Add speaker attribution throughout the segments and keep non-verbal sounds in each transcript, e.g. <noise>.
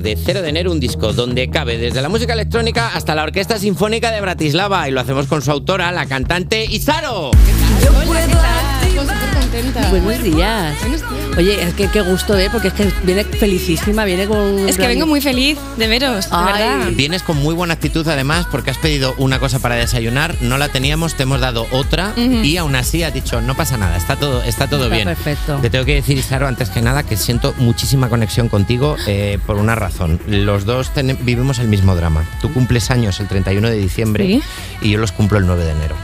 Speaker 1: de 0 de enero un disco donde cabe desde la música electrónica hasta la Orquesta Sinfónica de Bratislava y lo hacemos con su autora, la cantante Isaro.
Speaker 2: Yo puedo activar.
Speaker 3: Buenos días.
Speaker 2: Buenos días.
Speaker 3: Oye, es que qué gusto, ¿eh? Porque es que viene felicísima, viene con...
Speaker 2: Es que vengo muy feliz de veros, de
Speaker 3: Ay.
Speaker 2: verdad.
Speaker 1: Vienes con muy buena actitud además porque has pedido una cosa para desayunar, no la teníamos, te hemos dado otra y aún así has dicho, no pasa nada, está todo, está todo
Speaker 3: Está
Speaker 1: bien.
Speaker 3: perfecto.
Speaker 1: Te tengo que decir, Isaro, antes que nada, que siento muchísima conexión contigo eh, por una razón. Los dos tene- vivimos el mismo drama. Tú cumples años el 31 de diciembre
Speaker 2: Sí.
Speaker 1: y yo los cumplo el 9 de enero.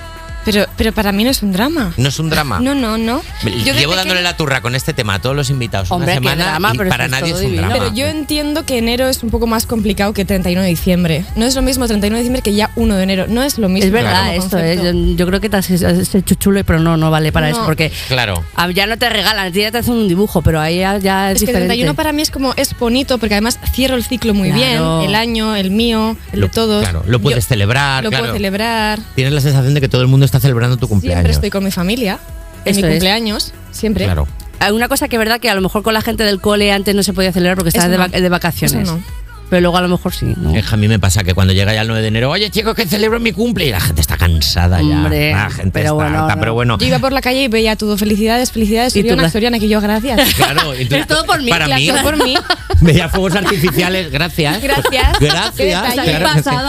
Speaker 2: Pero, pero para mí no es un drama.
Speaker 1: No es un drama.
Speaker 2: No, no, no. Yo desde
Speaker 1: Llevo dándole
Speaker 2: que-
Speaker 1: la turra con este tema a todos los invitados una
Speaker 3: Hombre, qué
Speaker 1: semana
Speaker 3: drama,
Speaker 1: y
Speaker 3: pero
Speaker 1: para
Speaker 3: esto es
Speaker 1: nadie es
Speaker 3: todo
Speaker 1: un
Speaker 3: divino.
Speaker 1: drama.
Speaker 2: Pero yo entiendo que enero es un poco más complicado que 31 de diciembre. No es lo mismo 31 de diciembre que ya 1 de enero. No es lo mismo.
Speaker 3: Es verdad
Speaker 2: como
Speaker 3: esto, ¿eh?
Speaker 2: concepto.
Speaker 3: Yo, yo creo que te has, has hecho chulo, pero no, no vale para
Speaker 2: No.
Speaker 3: eso, porque
Speaker 1: Claro.
Speaker 3: ah, ya no te regalan, a ti ya te hacen un dibujo, pero ahí ya, ya
Speaker 2: Es
Speaker 3: es,
Speaker 2: que el
Speaker 3: diferente.
Speaker 2: 31 para mí es como, es bonito porque además cierro el ciclo muy
Speaker 3: Claro.
Speaker 2: bien. El año, el mío, el
Speaker 1: Lo-
Speaker 2: de todos.
Speaker 1: claro, lo puedes
Speaker 2: Yo-
Speaker 1: celebrar,
Speaker 2: Lo
Speaker 1: claro.
Speaker 2: puedo celebrar.
Speaker 1: Tienes la sensación de que todo el mundo está celebrando tu
Speaker 2: Siempre
Speaker 1: cumpleaños.
Speaker 2: estoy con mi familia. En
Speaker 3: Eso
Speaker 2: mi
Speaker 3: es.
Speaker 2: cumpleaños, siempre.
Speaker 1: Claro.
Speaker 3: Hay Una cosa que es verdad que a lo mejor con la gente del cole antes no se podía celebrar porque estaba
Speaker 2: Eso
Speaker 3: de,
Speaker 2: no.
Speaker 3: vac- de vacaciones.
Speaker 2: Eso no.
Speaker 3: Pero luego a lo mejor sí.
Speaker 2: Mm.
Speaker 3: ¿no?
Speaker 1: Eh, A mí me pasa que cuando llega ya el 9 de enero, oye chicos, que celebro mi cumple y la gente está cansada ya.
Speaker 3: Hombre,
Speaker 1: la gente
Speaker 3: pero
Speaker 1: está
Speaker 3: bueno,
Speaker 1: harta,
Speaker 3: no.
Speaker 1: pero bueno.
Speaker 2: Yo iba por la calle y veía todo. Felicidades, felicidades.
Speaker 3: Y tú
Speaker 2: Soriana,
Speaker 3: la-
Speaker 2: Soriana, que yo, gracias. <laughs>
Speaker 3: <laughs>
Speaker 1: Claro, y tú-
Speaker 3: Pero todo por mí,
Speaker 1: Para
Speaker 3: claro,
Speaker 1: mí,
Speaker 2: Todo
Speaker 3: <laughs>
Speaker 2: por mí.
Speaker 1: <laughs> veía fuegos artificiales, gracias.
Speaker 2: Gracias. Qué
Speaker 1: Gracias.
Speaker 2: detalle.
Speaker 1: claro que sí.
Speaker 3: pasado,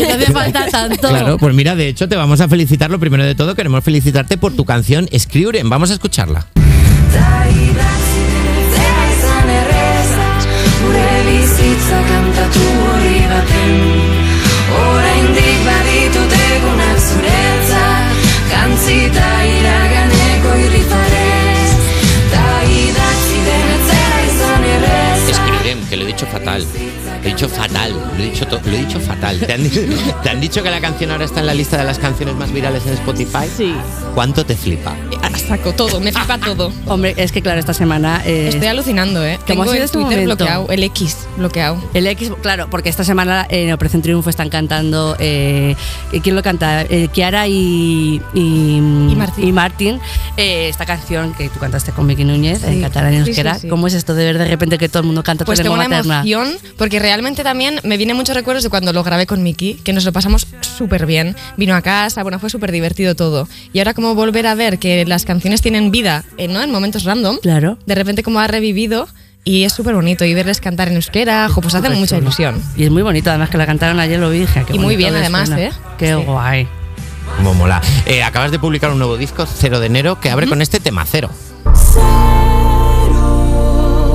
Speaker 1: <laughs>
Speaker 3: no hace falta tanto.
Speaker 1: Claro, pues mira, de hecho te vamos a felicitar. Lo primero de todo, queremos felicitarte por tu canción Scriuren. Vamos a escucharla.
Speaker 4: Teresa ne restas, pure lisicca canta tu ribaten. Ora indigna ditutek unak zuretzat, jantzi ta iraganeko irrifarez. Ta idatzi den etzera izan erreza.
Speaker 1: Escriurem, que lo he dicho fatal. Lo he dicho fatal, lo he dicho, to- lo he dicho fatal. ¿Te han, di- te han dicho que la canción ahora está en la lista de las canciones más virales en Spotify?
Speaker 3: Sí.
Speaker 1: ¿Cuánto te flipa?
Speaker 2: A Ah, Saco todo, me
Speaker 3: Ah.
Speaker 2: flipa todo.
Speaker 3: Hombre, es que claro, esta semana... eh,
Speaker 2: Estoy alucinando, ¿eh?
Speaker 3: ¿Cómo
Speaker 2: Tengo
Speaker 3: ha sido
Speaker 2: el
Speaker 3: este
Speaker 2: Twitter
Speaker 3: momento?
Speaker 2: bloqueado, el X bloqueado.
Speaker 3: El X, claro, porque esta semana eh, en Operación Triunfo están cantando. eh, ¿Quién lo canta? Eh, Kiara y. Y,
Speaker 2: Y Martín.
Speaker 3: Martín, eh, esta canción que tú cantaste con Vicky Núñez,
Speaker 2: Sí.
Speaker 3: en catalán y
Speaker 2: Sí, sí,
Speaker 3: euskera.
Speaker 2: sí.
Speaker 3: ¿Cómo es esto de ver de repente que todo el mundo canta
Speaker 2: Pues
Speaker 3: tu
Speaker 2: tengo
Speaker 3: lengua
Speaker 2: una
Speaker 3: materna?
Speaker 2: emoción, porque realmente también me vienen muchos recuerdos de cuando lo grabé con Miki, que nos lo pasamos súper bien. Vino a casa, bueno, fue súper divertido todo. Y ahora como volver a ver que las canciones tienen vida, eh, ¿no? En momentos random.
Speaker 3: Claro.
Speaker 2: De repente como ha revivido y es súper bonito. Y verles cantar en euskera, jo, pues hace
Speaker 3: Súper
Speaker 2: mucha
Speaker 3: chulo.
Speaker 2: ilusión.
Speaker 3: Y es muy bonito, además que la cantaron ayer, lo vi. dije, "Ah, qué
Speaker 2: Y muy
Speaker 3: bonito
Speaker 2: bien,
Speaker 3: que
Speaker 2: además,
Speaker 3: suena.
Speaker 2: ¿eh?
Speaker 3: Qué
Speaker 2: Sí.
Speaker 3: guay.
Speaker 1: Como mola. Eh, acabas de publicar un nuevo disco, Cero de Enero, que abre con este tema, Cero.
Speaker 4: Zero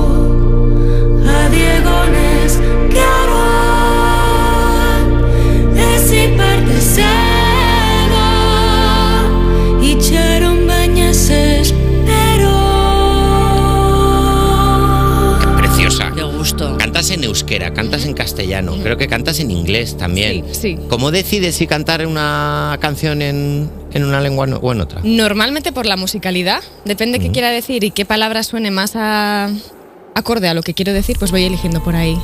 Speaker 4: adiegonez garoan Ez iparte zego Itxaron baina ez espero
Speaker 1: Preciosa.
Speaker 3: Qué gusto.
Speaker 1: Cantas en euskera, cantas en castellano, creo que cantas en inglés también.
Speaker 2: Sí, sí.
Speaker 1: ¿Cómo decides si cantar una canción en, en una lengua no- o en otra?
Speaker 2: Normalmente por la musicalidad, depende qué quiera decir y qué palabra suene más a, acorde a lo que quiero decir, pues voy eligiendo por ahí.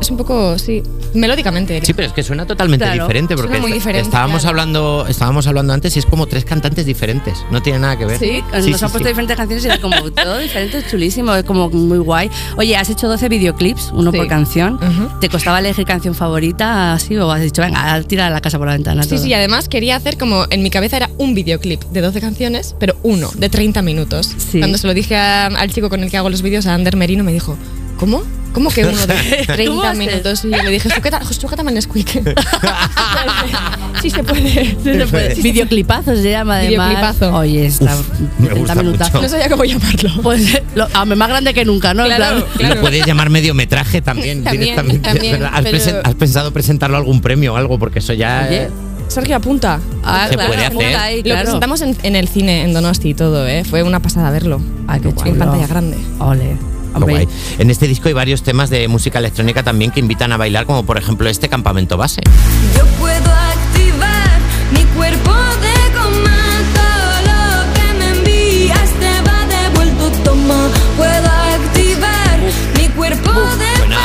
Speaker 2: Es un poco, sí, melódicamente.
Speaker 1: Sí, pero es que suena totalmente
Speaker 3: Claro,
Speaker 1: diferente porque
Speaker 2: suena muy
Speaker 1: est-
Speaker 2: diferente,
Speaker 1: estábamos
Speaker 2: claro.
Speaker 1: hablando estábamos hablando antes y es como tres cantantes diferentes, no tiene nada que ver.
Speaker 3: Sí, nos
Speaker 1: Sí,
Speaker 3: han
Speaker 1: sí,
Speaker 3: puesto
Speaker 1: sí.
Speaker 3: diferentes canciones y era como todo diferente, es chulísimo, es como muy guay. Oye, has hecho 12 videoclips, uno
Speaker 2: Sí.
Speaker 3: por canción.
Speaker 2: Ujú.
Speaker 3: ¿Te costaba elegir canción favorita así o has dicho, venga, tira la casa por la ventana?
Speaker 2: Sí,
Speaker 3: todo?
Speaker 2: sí, además quería hacer como en mi cabeza era un videoclip de 12 canciones, pero uno, de 30 minutos.
Speaker 3: Sí.
Speaker 2: Cuando se lo dije a- al chico con el que hago los vídeos, a Ander Merino, me dijo, ¿cómo? ¿Cómo que uno
Speaker 3: <laughs>
Speaker 2: de 30
Speaker 3: haces?
Speaker 2: minutos? Y yo le dije, sujeta- sujétame en
Speaker 3: <laughs>
Speaker 2: Squeak. sí se puede.
Speaker 3: Sí, se puede. <laughs> Videoclipazos se llama además.
Speaker 2: Videoclipazo.
Speaker 3: Oye, está
Speaker 1: Uf, me
Speaker 3: 30
Speaker 1: gusta
Speaker 3: minutazos.
Speaker 2: No sabía cómo llamarlo.
Speaker 3: Pues lo- a ver, más grande que nunca, ¿no? En
Speaker 2: Claro.
Speaker 3: plan-
Speaker 1: Lo puedes llamar mediometraje
Speaker 3: <laughs>
Speaker 1: también,
Speaker 2: También,
Speaker 1: directamente.
Speaker 2: también,
Speaker 1: ¿verdad? ¿Has,
Speaker 2: pero-
Speaker 1: presen- has pensado presentarlo a algún premio o algo? Porque eso ya.
Speaker 3: Oye,
Speaker 2: Sergio, apunta.
Speaker 3: Ah,
Speaker 1: Se
Speaker 3: claro,
Speaker 1: Eh, puede hacer.
Speaker 3: está ahí,
Speaker 2: Lo
Speaker 3: claro.
Speaker 2: presentamos en, en el cine, en Donosti y todo, ¿eh? Fue una pasada verlo.
Speaker 3: Ah, qué
Speaker 2: En
Speaker 3: chulo.
Speaker 2: pantalla grande.
Speaker 3: Ole.
Speaker 1: Qué
Speaker 3: Hombre,
Speaker 1: guay. En este disco hay varios temas de música electrónica también que invitan a bailar, como por ejemplo este campamento base.
Speaker 4: Yo puedo activar mi cuerpo de comando. Lo que me envías te va devuelto. Toma, puedo activar mi cuerpo de
Speaker 1: Buena.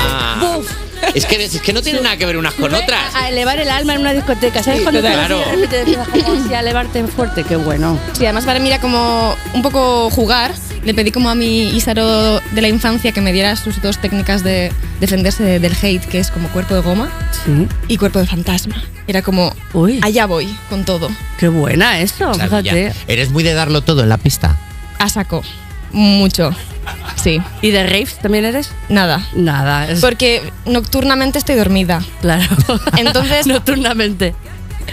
Speaker 1: Es que, es que no tienen nada que ver unas con otras.
Speaker 3: A elevar el alma en una discoteca. ¿Sabes cuando te
Speaker 1: claro.
Speaker 3: vas y te empiezas como así a elevarte fuerte? Qué bueno.
Speaker 2: Sí, además para mí era como un poco jugar le pedí como a mi Isaro de la infancia que me diera sus dos técnicas de defenderse del hate, que es como cuerpo de goma
Speaker 3: Sí.
Speaker 2: y cuerpo de fantasma. Era como,
Speaker 3: Uy.
Speaker 2: allá voy con todo,
Speaker 3: Qué buena esto, fíjate.
Speaker 1: Maravilla. Eres muy de darlo todo en la pista.
Speaker 2: a saco, mucho, sí,
Speaker 3: ¿Y de raves también eres?
Speaker 2: nada.
Speaker 3: Nada, es
Speaker 2: Porque nocturnamente estoy dormida.
Speaker 3: claro.
Speaker 2: <laughs> Entonces-
Speaker 3: nocturnamente.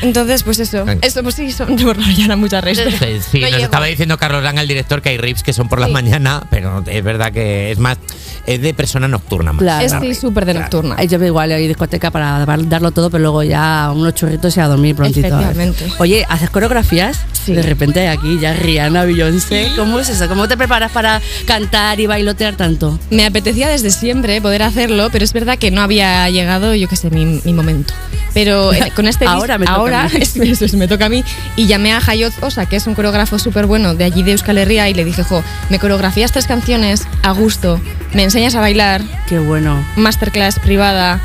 Speaker 2: Entonces, pues eso.
Speaker 1: Venga.
Speaker 2: Esto, pues sí, son <laughs> bueno, ya era mucha resta.
Speaker 1: Sí, sí,
Speaker 2: <laughs> No
Speaker 1: nos
Speaker 2: llego.
Speaker 1: estaba diciendo Carlos Langa, el director, que hay rips que son por la mañana, pero es verdad que es más, es de persona nocturna más.
Speaker 3: Claro.
Speaker 2: Es
Speaker 1: La
Speaker 2: sí,
Speaker 1: rave,
Speaker 2: súper de
Speaker 1: claro.
Speaker 2: nocturna.
Speaker 3: Ay, Yo me igual hay discoteca para dar- darlo todo, pero luego ya unos churritos y a dormir prontito.
Speaker 2: Efectivamente.
Speaker 3: Oye, ¿haces coreografías?
Speaker 2: Sí.
Speaker 3: De repente aquí ya Rihanna, Beyoncé. ¿Cómo es eso? ¿Cómo te preparas para cantar y bailotear tanto?
Speaker 2: Me apetecía desde siempre poder hacerlo, pero es verdad que no había llegado, yo qué sé, mi, mi momento. Pero
Speaker 3: <laughs>
Speaker 2: eh, con este disco-
Speaker 3: Ahora me toca
Speaker 2: ahora
Speaker 3: a mí.
Speaker 2: <laughs> es- eso es, me toca a mí y llamé a Hayot Osa, que es un coreógrafo súper bueno de allí de Euskal Herria y le dije, "Jo, me coreografías tres canciones a gusto, me enseñas a bailar,
Speaker 3: Qué bueno.
Speaker 2: masterclass privada,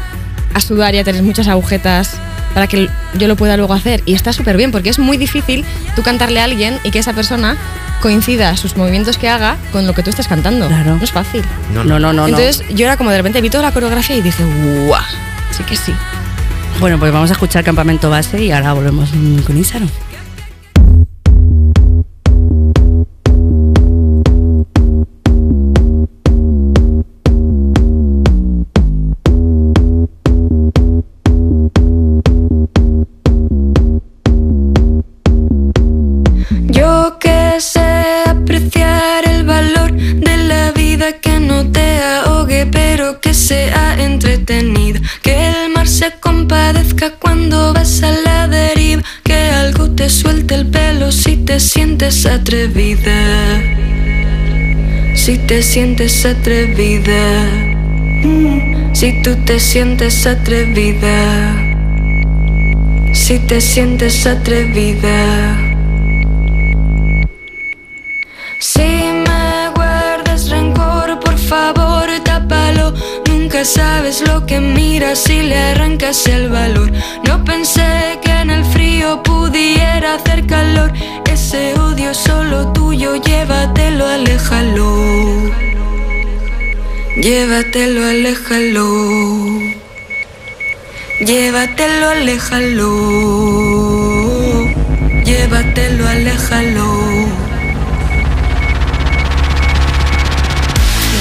Speaker 2: a sudar y a tener muchas agujetas." Para que l- yo lo pueda luego hacer. Y está súper bien, porque es muy difícil tú cantarle a alguien y que esa persona coincida sus movimientos que haga con lo que tú estás cantando.
Speaker 3: Claro.
Speaker 2: No es fácil.
Speaker 1: No,
Speaker 3: No,
Speaker 1: no.
Speaker 3: no, no. no.
Speaker 2: Entonces yo era como de repente vi toda la coreografía y dije, ¡guau! Sí que sí.
Speaker 3: bueno, pues vamos a escuchar Campamento Base y ahora volvemos mm, con Isaro.
Speaker 4: Yo que sé apreciar el valor de la vida que no te ahogue, pero que sea entretenida. Que el mar se compadezca cuando vas a la deriva. Que algo te suelte el pelo si te sientes atrevida. Si te sientes atrevida. Mm, Si tú te sientes atrevida. Si te sientes atrevida. Si me guardas rencor, por favor, tápalo. Nunca sabes lo que miras si le arrancas el valor. No pensé que en el frío pudiera hacer calor. Ese odio es solo tuyo, llévatelo, aléjalo. Llévatelo, aléjalo. Llévatelo, aléjalo. Llévatelo, aléjalo.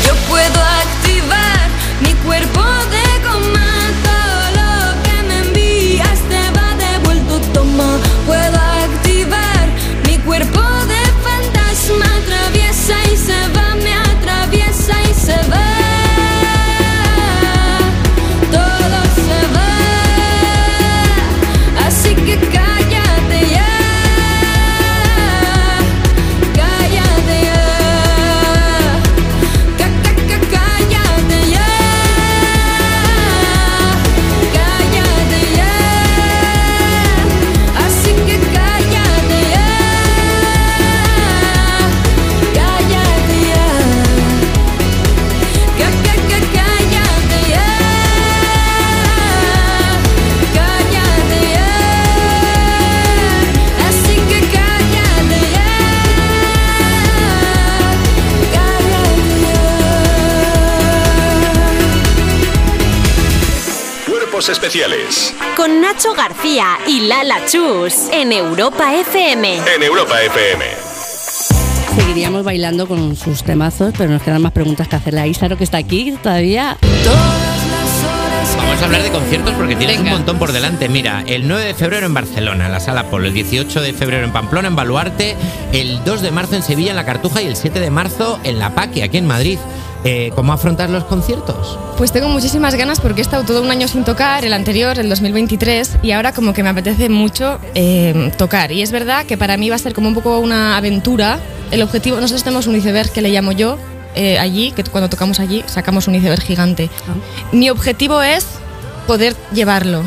Speaker 4: Yo puedo activar mi cuerpo de goma. Todo lo que me envías te va devuelto, toma. Puedo activar mi cuerpo de fantasma. Atraviesa y se va, me atraviesa y se va. Todo se va. Así que cállate ya. Cállate ya. Ca- ca- ca- Cállate ya, cállate ya, así que cállate ya, cállate ya, Ca- ca- ca- cállate ya, cállate ya, así que cállate ya.
Speaker 5: Cuerpos especiales
Speaker 6: Con Nacho García y Lala Chus en Europa FM.
Speaker 5: en Europa FM.
Speaker 3: Seguiríamos bailando con sus temazos, pero nos quedan más preguntas que hacerle a Isaro, que está aquí todavía.
Speaker 1: Vamos a hablar de conciertos porque tienes
Speaker 3: Venga.
Speaker 1: un montón por delante. Mira, el 9 de febrero en Barcelona, en la Sala Polo, el 18 de febrero en Pamplona, en Baluarte, el 2 de marzo en Sevilla, en La Cartuja, y el 7 de marzo en La Paqui, aquí en Madrid. Eh, ¿Cómo afrontar los conciertos?
Speaker 2: Pues tengo muchísimas ganas porque he estado todo un año sin tocar, el anterior, el 2023, y ahora como que me apetece mucho eh, tocar. Y es verdad que para mí va a ser como un poco una aventura. El objetivo, nosotros tenemos un iceberg que le llamo yo eh, allí, que cuando tocamos allí sacamos un iceberg gigante. Mi objetivo es poder llevarlo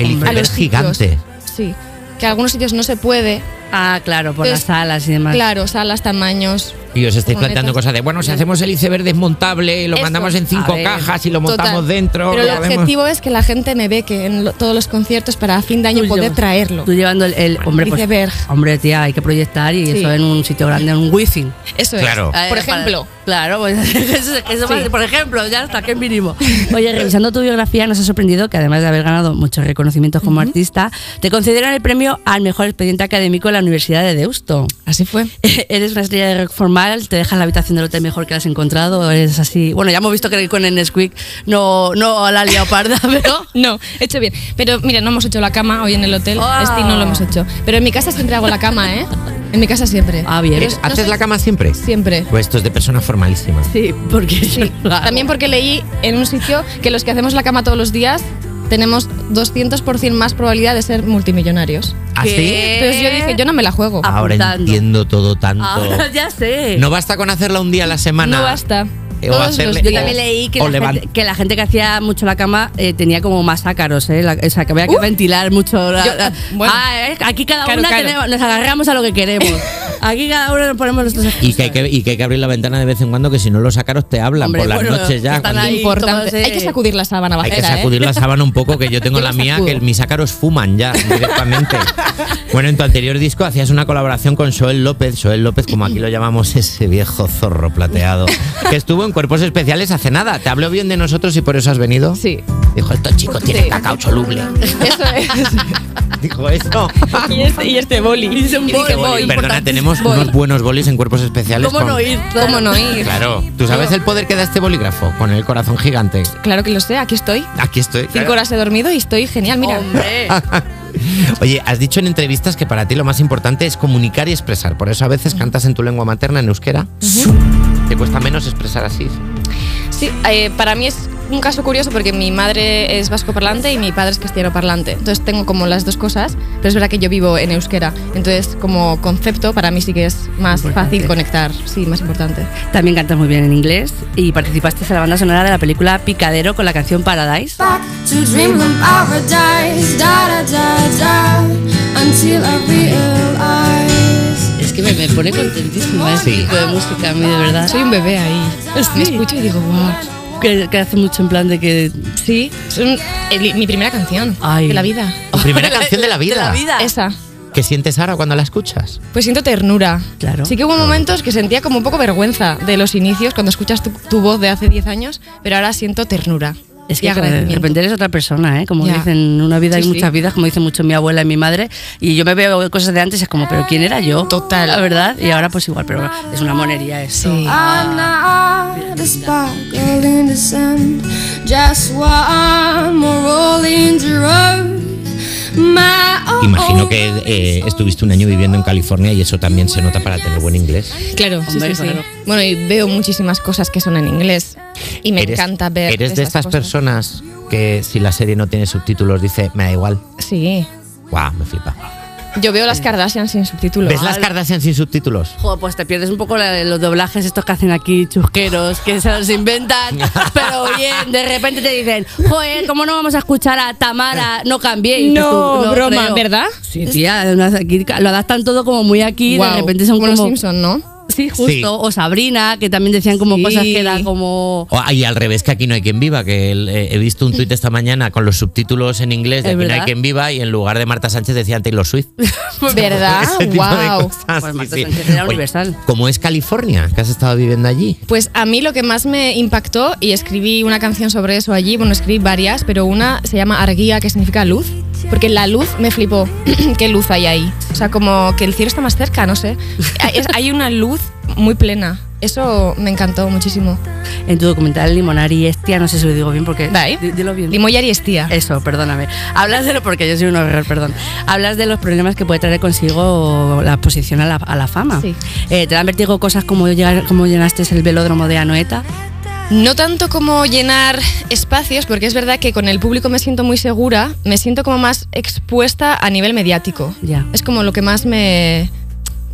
Speaker 1: El
Speaker 2: a los
Speaker 1: iceberg gigante.
Speaker 2: sitios. Sí, que a algunos sitios no se puede.
Speaker 3: Ah, claro, por
Speaker 2: Es-
Speaker 3: las salas y demás.
Speaker 2: Claro, salas, tamaños,
Speaker 1: Y os estáis planteando
Speaker 2: Juguetes.
Speaker 1: cosas de, bueno, si hacemos el iceberg desmontable, lo
Speaker 2: pues- Eso.
Speaker 1: mandamos en
Speaker 3: A
Speaker 1: cinco
Speaker 3: ver,
Speaker 1: cajas y lo montamos
Speaker 2: Total.
Speaker 1: dentro.
Speaker 2: Pero el
Speaker 1: lo hacemos-
Speaker 2: objetivo es que la gente me ve que en lo- todos los conciertos para fin de año
Speaker 3: Tú
Speaker 2: poder
Speaker 3: llevas-
Speaker 2: traerlo.
Speaker 3: Tú llevando el, el- hombre, pues,
Speaker 2: iceberg.
Speaker 3: hombre, tía, hay que proyectar y
Speaker 2: Sí.
Speaker 3: eso en un sitio grande, en un wifi.
Speaker 2: Eso
Speaker 1: Claro.
Speaker 2: es. Por
Speaker 3: Eh,
Speaker 2: ejemplo,
Speaker 3: para- claro, pues, <laughs> eso, eso
Speaker 2: Sí.
Speaker 3: va- por ejemplo, ya hasta qué
Speaker 2: <laughs>
Speaker 3: mínimo. Oye, revisando tu biografía, nos ha sorprendido que además de haber ganado muchos reconocimientos como artista, te concedieron el premio al mejor expediente académico en la Universidad de Deusto. <laughs>
Speaker 2: así fue.
Speaker 3: Eres una estrella de rock formal, te dejas la habitación del hotel mejor que la has encontrado, eres así. Bueno, ya hemos visto que con el Nesquik no, no la leoparda, <laughs> pero.
Speaker 2: No, he hecho bien. Pero mira, no hemos hecho la cama hoy en el hotel.
Speaker 3: Ah.
Speaker 2: Este no lo hemos hecho. Pero en mi casa siempre hago la cama, ¿eh? En mi casa siempre.
Speaker 3: Ah, bien.
Speaker 2: Pero
Speaker 1: ¿Eres-
Speaker 2: no
Speaker 1: ¿Haces
Speaker 2: soy-
Speaker 1: la cama siempre?
Speaker 2: Siempre.
Speaker 1: Pues esto es de persona formalísima.
Speaker 3: Sí, porque. yo
Speaker 2: Sí.
Speaker 3: no la hago.
Speaker 2: También porque leí en un sitio que los que hacemos la cama todos los días tenemos 200% más probabilidad de ser multimillonarios.
Speaker 1: ¿Así?
Speaker 3: ¿Qué?
Speaker 2: Entonces yo dije, yo no me la juego.
Speaker 3: Eh. Ah,
Speaker 1: ¿Ah, Ahora
Speaker 3: Apuntando.
Speaker 1: entiendo todo tanto.
Speaker 3: Ahora Ah, <laughs> ya sé.
Speaker 1: No basta con hacerla un día a la semana.
Speaker 2: No basta.
Speaker 1: Ah, O
Speaker 2: Todos
Speaker 1: hacerle-
Speaker 2: los
Speaker 3: Yo
Speaker 2: días.
Speaker 3: también leí que
Speaker 1: O
Speaker 3: la,
Speaker 1: levan-
Speaker 3: gente, que la gente que hacía mucho la cama eh, tenía como más ácaros, ¿eh? La- o sea, que había que ventilar mucho. la-
Speaker 2: Yo-
Speaker 3: la-
Speaker 2: bueno.
Speaker 3: Ah, eh, aquí cada
Speaker 2: Claro,
Speaker 3: una
Speaker 2: claro.
Speaker 3: tenemos- nos agarramos a lo que queremos. Aquí cada uno nos ponemos nuestros
Speaker 1: Y que, hay que, y que hay que abrir la ventana de vez en cuando, que si no los ácaros te hablan
Speaker 3: Hombre,
Speaker 1: por las
Speaker 3: bueno,
Speaker 1: noches ya.
Speaker 3: están
Speaker 1: cuando-
Speaker 3: ahí.
Speaker 2: Importante.
Speaker 3: tomándose-
Speaker 2: Hay que sacudir la sábana
Speaker 1: Hay
Speaker 2: bajera,
Speaker 1: que
Speaker 2: ¿eh?
Speaker 1: sacudir la sábana un poco, que yo tengo
Speaker 2: <laughs> Yo
Speaker 1: la
Speaker 2: la
Speaker 1: mía,
Speaker 2: sacudo.
Speaker 1: que mis ácaros fuman ya
Speaker 2: <laughs>
Speaker 1: directamente. bueno, en tu anterior disco hacías una colaboración con Joel López. Joel López, como aquí lo llamamos, ese viejo zorro plateado, que estuvo en Cuerpos Especiales hace nada. ¿Te habló bien de nosotros y por eso has venido?
Speaker 2: Sí.
Speaker 1: Dijo, estos chicos tienen cacao
Speaker 2: <laughs>
Speaker 1: soluble.
Speaker 2: <laughs> Eso es.
Speaker 1: Dijo eso.
Speaker 2: <laughs> y, este, y este boli. Y
Speaker 3: un
Speaker 2: dije,
Speaker 3: boli.
Speaker 2: voy.
Speaker 1: Perdona, tenemos unos buenos bolis en Cuerpos Especiales.
Speaker 3: ¿Cómo
Speaker 1: con-
Speaker 3: no ir? Claro.
Speaker 2: ¿Cómo no ir?
Speaker 1: Claro. ¿Tú sabes el poder que da este bolígrafo? Con el corazón gigante.
Speaker 2: Claro que lo sé, aquí estoy.
Speaker 1: Aquí estoy.
Speaker 2: Cinco horas he dormido y estoy genial, mira.
Speaker 3: Hombre.
Speaker 1: Oye, has dicho en entrevistas que para ti lo más importante es comunicar y expresar. Por eso a veces cantas en tu lengua materna, en euskera. Te cuesta menos expresar así.
Speaker 2: Sí, eh, para mí es un caso curioso porque mi madre es vasco parlante y mi padre es castellano parlante. Entonces tengo como las dos cosas, pero es verdad que yo vivo en euskera. Entonces, como concepto, para mí sí que es más
Speaker 3: Importante.
Speaker 2: fácil conectar. Sí, más importante.
Speaker 3: También cantas muy bien en inglés y participaste en la banda sonora de la película Picadero con la canción Paradise.
Speaker 4: back to dreamland paradise. Da da da da. Until I realize.
Speaker 3: Es que me, pone contentísima
Speaker 1: este Sí. tipo
Speaker 3: de música a mí, de verdad.
Speaker 2: Soy un bebé ahí. Me escucho y digo, wow.
Speaker 3: que, que hace mucho en plan de que.
Speaker 2: Sí, es un- el- mi primera canción
Speaker 3: Ay.
Speaker 2: de <laughs> la vida.
Speaker 1: Tu primera canción de la vida.
Speaker 2: Esa.
Speaker 1: ¿Qué sientes ahora cuando la escuchas?
Speaker 2: Pues siento ternura.
Speaker 3: Claro.
Speaker 2: Sí que hubo momentos que sentía como un poco vergüenza de los inicios cuando escuchas tu, tu voz de hace 10 años, pero ahora siento ternura.
Speaker 3: Es
Speaker 2: y
Speaker 3: que de
Speaker 2: agradecimiento.
Speaker 3: repente eres otra persona, ¿eh? Como
Speaker 2: Ya.
Speaker 3: dicen, en una vida hay
Speaker 2: Sí, sí.
Speaker 3: muchas vidas, como dicen mucho mi abuela y mi madre. Y yo me veo cosas de antes y es como, ¿pero quién era yo?
Speaker 2: Total.
Speaker 3: La verdad. Y ahora pues igual, pero es una monería Ah. eso.
Speaker 2: Sí.
Speaker 4: I'm not a sparkle in the sun, just one more rolling the road. My own
Speaker 1: Imagino que eh, estuviste un año viviendo en California y eso también se nota para tener buen inglés.
Speaker 2: Claro, sí,
Speaker 3: Hombre,
Speaker 2: sí, sí.
Speaker 3: claro.
Speaker 2: Bueno, y veo muchísimas cosas que son en inglés y me
Speaker 1: Eres-
Speaker 2: encanta ver.
Speaker 1: Eres de
Speaker 2: esas
Speaker 1: estas
Speaker 2: cosas.
Speaker 1: personas que si la serie no tiene subtítulos dice, me da igual.
Speaker 2: Sí.
Speaker 1: Guau, me flipa.
Speaker 2: Yo veo las Kardashian sin subtítulos.
Speaker 1: ¿Ves las Kardashian sin subtítulos?
Speaker 3: Joder, pues te pierdes un poco la- los doblajes estos que hacen aquí, chusqueros, que se
Speaker 2: <laughs>
Speaker 3: los inventan, pero bien, de repente te dicen, joder, ¿cómo no vamos a escuchar a Tamara? No cambié.
Speaker 2: No, broma, ¿verdad?
Speaker 3: Sí, tía, además aquí lo adaptan todo como muy aquí,
Speaker 2: Guau,
Speaker 3: de repente son
Speaker 2: como
Speaker 3: como...
Speaker 2: los Simpson,
Speaker 3: <laughs>
Speaker 2: ¿no?
Speaker 3: Sí, justo.
Speaker 1: Sí.
Speaker 3: O Sabrina, que también decían como
Speaker 2: Sí.
Speaker 3: cosas que dan como...
Speaker 1: O- ah, y al revés, que aquí no hay quien viva, que el- eh, he visto un tuit esta mañana con los subtítulos en inglés de
Speaker 3: Es
Speaker 1: aquí no hay
Speaker 3: verdad.
Speaker 1: quien viva y en lugar de Marta Sánchez decían Taylor Swift. <laughs>
Speaker 2: ¿Verdad?
Speaker 1: Ese tipo de cosas,
Speaker 2: wow.
Speaker 3: Pues
Speaker 1: sí,
Speaker 3: Ah, Marta
Speaker 1: sí.
Speaker 3: Sánchez era
Speaker 1: Oye,
Speaker 3: universal.
Speaker 1: ¿Cómo es California? Que has estado viviendo allí.
Speaker 2: Pues a mí lo que más me impactó, y escribí una canción sobre eso allí, bueno, escribí varias, pero una se llama Arguía, que significa luz, porque la luz me flipó. <clears throat> ¿Qué luz hay ahí? O sea, como que el cielo está más cerca, no sé. Hay- es- Hay una luz muy plena. Eso me encantó muchísimo.
Speaker 3: En tu documental Limonari Estia, no sé si lo digo bien porque...
Speaker 2: Dai.
Speaker 3: Di- Dilo bien. Eh.
Speaker 2: Limoyar y Estía.
Speaker 3: Eso, perdóname. Hablas de lo, porque yo soy un horror, perdón. Hablas de los problemas que puede traer consigo la exposición a la, a la fama.
Speaker 2: Sí.
Speaker 3: Eh, ¿Te dan vertigo cosas como, llegar, como llenaste el velódromo de Anoeta?
Speaker 2: No tanto como llenar espacios, porque es verdad que con el público me siento muy segura, me siento como más expuesta a nivel mediático.
Speaker 3: Ya.
Speaker 2: Es como lo que más me,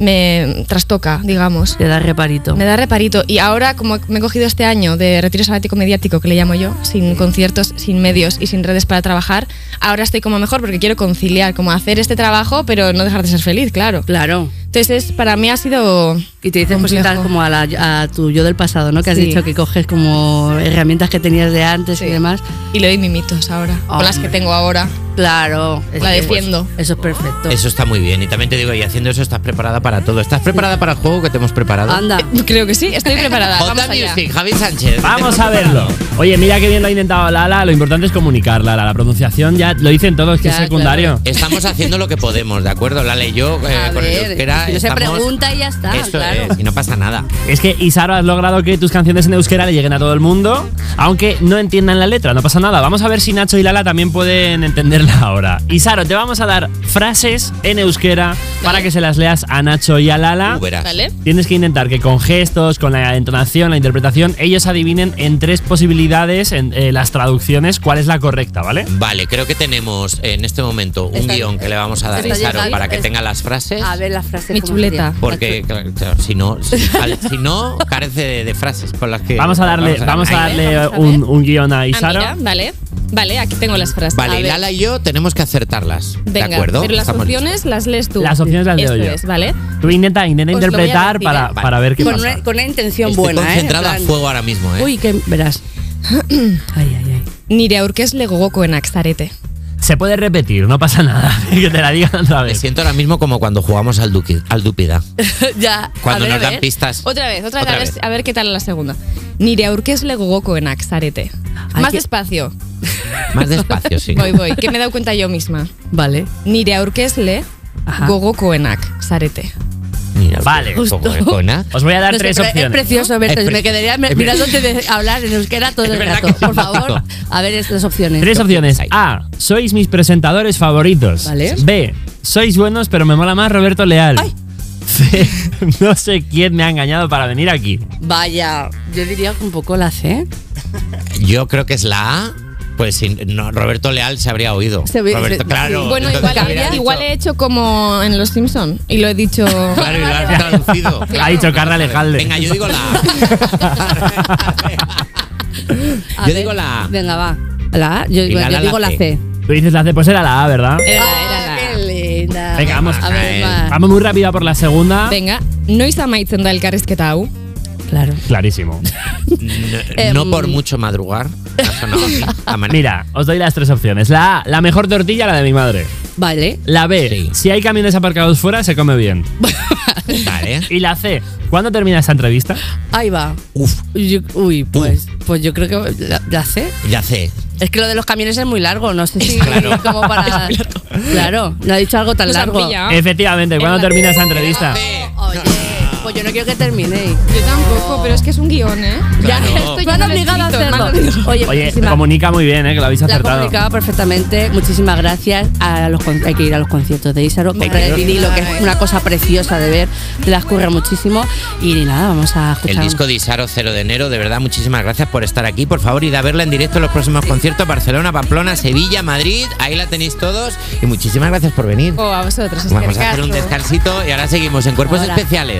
Speaker 2: me trastoca, digamos.
Speaker 3: Te da reparito.
Speaker 2: Me da reparito. Y ahora, como me he cogido este año de retiro sabático mediático, que le llamo yo, sin conciertos, sin medios y sin redes para trabajar, ahora estoy como mejor porque quiero conciliar, como hacer este trabajo, pero no dejar de ser feliz, claro.
Speaker 3: Claro.
Speaker 2: Entonces, es- para mí ha sido.
Speaker 3: Y te dices
Speaker 2: complejo.
Speaker 3: cositas como a, la- a tu yo del pasado, ¿no? Que has
Speaker 2: Sí.
Speaker 3: dicho que coges como herramientas que tenías de antes y
Speaker 2: Sí.
Speaker 3: demás.
Speaker 2: Y le doy mimitos ahora, con las que
Speaker 3: Hombre.
Speaker 2: tengo ahora.
Speaker 3: Claro. es
Speaker 2: La
Speaker 3: que,
Speaker 2: defiendo.
Speaker 3: pues, eso es perfecto.
Speaker 1: Eso está muy bien. Y también te digo, y haciendo eso estás preparada para todo. ¿Estás preparada para el juego que te hemos preparado?
Speaker 3: Anda.
Speaker 2: <laughs> Creo que sí, estoy preparada.
Speaker 1: Jota
Speaker 2: Vamos allá.
Speaker 1: Ah.
Speaker 2: Ah,
Speaker 1: Music, Javi Sánchez.
Speaker 7: Vamos a verlo. Oye, mira qué bien lo ha intentado Lala. Lo importante es comunicar, Lala. La pronunciación ya lo dicen todos, que
Speaker 3: Ya,
Speaker 7: es secundario.
Speaker 1: Estamos haciendo lo que podemos, ¿de acuerdo? Lala y yo, eh,
Speaker 3: A
Speaker 1: con el
Speaker 3: ver,
Speaker 1: euskera,
Speaker 3: si no se
Speaker 1: estamos-
Speaker 3: pregunta y ya está,
Speaker 1: Eso
Speaker 3: claro.
Speaker 1: es, y no pasa nada.
Speaker 7: Es que Isaro has logrado que tus canciones en euskera le lleguen a todo el mundo, aunque no entiendan la letra, no pasa nada. Vamos a ver si Nacho y Lala también pueden entenderla ahora. Isaro, te vamos a dar frases en euskera para que se las leas a Nacho y a Lala.
Speaker 1: Tú verás.
Speaker 2: ¿Vale?
Speaker 7: Tienes que intentar que con gestos, con la entonación, la interpretación, ellos adivinen en tres posibilidades, en eh, las traducciones, cuál es la correcta, ¿vale?
Speaker 1: Vale, creo que tenemos en este momento un
Speaker 3: Está-
Speaker 1: guión que le vamos a dar a
Speaker 3: está
Speaker 1: Isaro
Speaker 3: llegando-
Speaker 1: para que
Speaker 3: es-
Speaker 1: tenga las frases.
Speaker 3: A ver las frases.
Speaker 2: Mi
Speaker 3: ¿cómo
Speaker 2: chuleta.
Speaker 3: serían?
Speaker 1: Porque claro, claro, si no, si, al- si no carece de, de frases con las que
Speaker 7: Vamos a darle, vamos a
Speaker 1: ahí.
Speaker 7: darle
Speaker 2: vamos a
Speaker 7: un, un guión a
Speaker 2: Ah,
Speaker 7: Isaro.
Speaker 2: mira, vale. Vale, aquí tengo las frases. A
Speaker 1: Vale, y
Speaker 2: ver.
Speaker 1: Lala y yo tenemos que acertarlas.
Speaker 2: Venga,
Speaker 1: ¿De acuerdo?
Speaker 2: pero las
Speaker 1: Estamos
Speaker 2: opciones las lees tú.
Speaker 7: Las opciones las leo
Speaker 2: Eso
Speaker 7: yo.
Speaker 2: es, ¿vale?
Speaker 7: Tú intenta, intenta
Speaker 2: Os lo voy a
Speaker 7: interpretar
Speaker 2: decir,
Speaker 7: para,
Speaker 2: ¿eh?
Speaker 7: para ver qué
Speaker 3: Con
Speaker 7: pasa.
Speaker 3: una, con una intención
Speaker 1: Estoy
Speaker 3: buena,
Speaker 1: Este, concentrada
Speaker 3: ¿eh?
Speaker 1: a
Speaker 3: En plan-
Speaker 1: fuego ahora mismo, ¿eh?
Speaker 3: Uy, que verás. <clears throat> ay, ay, ay.
Speaker 2: Nire aurkezle gogokoenak zarete.
Speaker 7: Se puede repetir, no pasa nada. <laughs> que te la digan otra
Speaker 1: Me
Speaker 7: vez.
Speaker 1: siento ahora mismo como cuando jugamos al, duqui- al Dúpida.
Speaker 2: <laughs>
Speaker 3: ya.
Speaker 1: Cuando
Speaker 3: a ver,
Speaker 1: nos
Speaker 3: a
Speaker 1: dan
Speaker 3: ver.
Speaker 1: pistas.
Speaker 2: Otra vez, otra vez,
Speaker 1: Otra
Speaker 2: a, ver,
Speaker 1: vez.
Speaker 2: a ver qué tal la segunda. Nire aurkezle gogokoenak zarete.
Speaker 3: Ay,
Speaker 2: Más
Speaker 1: <laughs>
Speaker 3: qué-
Speaker 2: despacio.
Speaker 1: Más despacio, sí.
Speaker 2: Voy, voy, que me he dado cuenta yo misma.
Speaker 3: Vale.
Speaker 2: Nire aurkezle
Speaker 3: Ajá.
Speaker 2: gogokoenak zarete.
Speaker 1: Mira, pues,
Speaker 7: Vale.
Speaker 1: como de cona.
Speaker 7: Os voy a dar
Speaker 3: No sé,
Speaker 7: tres
Speaker 3: pero Es
Speaker 7: opciones.
Speaker 3: precioso, Berto.
Speaker 1: Es
Speaker 3: yo
Speaker 1: pre-
Speaker 3: me quedaría
Speaker 1: es pre-
Speaker 3: mirándote de hablar en euskera todo
Speaker 1: Es
Speaker 3: el
Speaker 1: verdad
Speaker 3: rato.
Speaker 1: que sí,
Speaker 3: Por favor,
Speaker 1: Paco.
Speaker 3: a ver estas opciones.
Speaker 7: Tres opciones.
Speaker 1: Ahí.
Speaker 7: A. Sois mis presentadores favoritos.
Speaker 3: Vale.
Speaker 7: B. Sois buenos, pero me mola más Roberto Leal. C. <laughs> No sé quién me ha engañado para venir aquí.
Speaker 3: Vaya, yo diría que un poco la C.
Speaker 1: Yo creo que es la A. Pues si no, Roberto Leal se habría oído.
Speaker 3: Se hubiera-
Speaker 1: Roberto,
Speaker 3: se-
Speaker 1: claro.
Speaker 2: Bueno,
Speaker 1: entonces
Speaker 2: igual,
Speaker 1: hubiera dicho-
Speaker 2: igual he hecho como en Los Simpson y lo
Speaker 1: <laughs>
Speaker 2: he dicho.
Speaker 1: Claro, y lo has traducido.
Speaker 7: Ha dicho Carla Alejalde.
Speaker 1: Venga, yo digo la
Speaker 3: A
Speaker 7: <laughs>
Speaker 1: A. yo
Speaker 3: ver,
Speaker 1: digo la A.
Speaker 3: Venga, va. La A. Yo,
Speaker 1: Y
Speaker 3: digo-
Speaker 1: la
Speaker 3: yo
Speaker 1: la,
Speaker 3: digo
Speaker 1: la C.
Speaker 3: la C.
Speaker 7: Tú dices la C, pues era la A, ¿verdad?
Speaker 2: Era la- era la-
Speaker 3: Ah, qué linda.
Speaker 7: Venga, vamos.
Speaker 3: A ver, va.
Speaker 7: Vamos muy rápida por la segunda.
Speaker 2: Venga, noiz amaitzen da elkarrizketa hau?
Speaker 3: Claro.
Speaker 7: Clarísimo.
Speaker 1: N-
Speaker 7: Em,
Speaker 1: No, por mucho madrugar. Ha sonado así. Amane-
Speaker 7: Mira, os doy las tres opciones. La A, la mejor tortilla, la de mi madre.
Speaker 3: Vale.
Speaker 7: La B,
Speaker 1: Sí.
Speaker 7: si hay camiones aparcados fuera, se come
Speaker 2: <laughs>
Speaker 7: bien.
Speaker 1: Vale.
Speaker 7: Y la C, ¿cuándo termina esta entrevista?
Speaker 3: Ahí va.
Speaker 1: Uf,
Speaker 3: Yo- uy, pues, pues yo creo que la, la C.
Speaker 1: ya sé.
Speaker 3: Es que lo de los camiones es muy largo, no sé si
Speaker 1: Claro.
Speaker 3: como para. Claro, no ha dicho algo tan
Speaker 2: Nos han
Speaker 3: largo.
Speaker 2: pillado. Ah.
Speaker 7: Efectivamente, ¿cuándo
Speaker 2: Es la-
Speaker 7: termina esta entrevista?
Speaker 3: Oye, pues yo no quiero que terminéis.
Speaker 2: Yo tampoco, pero es que es un guión, ¿eh?
Speaker 1: Claro.
Speaker 2: esto
Speaker 3: Me han
Speaker 2: no lo he
Speaker 3: obligado a
Speaker 2: escrito, me han
Speaker 3: hacerlo.
Speaker 2: obligado.
Speaker 3: Oye,
Speaker 7: Oye,
Speaker 3: muchísimas-
Speaker 7: comunica muy bien, ¿eh? que lo habéis
Speaker 3: la ha
Speaker 7: acertado.
Speaker 3: comunicado perfectamente. Muchísimas gracias. A los, con- hay que ir a los conciertos de Isaro, comprar el vinilo, que es una cosa preciosa de ver. Te las curra muchísimo. Y nada, vamos a escuchar.
Speaker 1: El disco de Isaro 0 de enero, de verdad, muchísimas gracias por estar aquí. Por favor, id a verla en directo en los próximos conciertos: Barcelona, Pamplona, Sevilla, Madrid. Ahí la tenéis todos. Y muchísimas gracias por venir.
Speaker 2: O Oh, a vosotros,
Speaker 1: Vamos a
Speaker 2: eskerrik
Speaker 1: hacer un
Speaker 2: asko.
Speaker 1: descansito y ahora seguimos en Cuerpos
Speaker 3: Ahora.
Speaker 1: Especiales.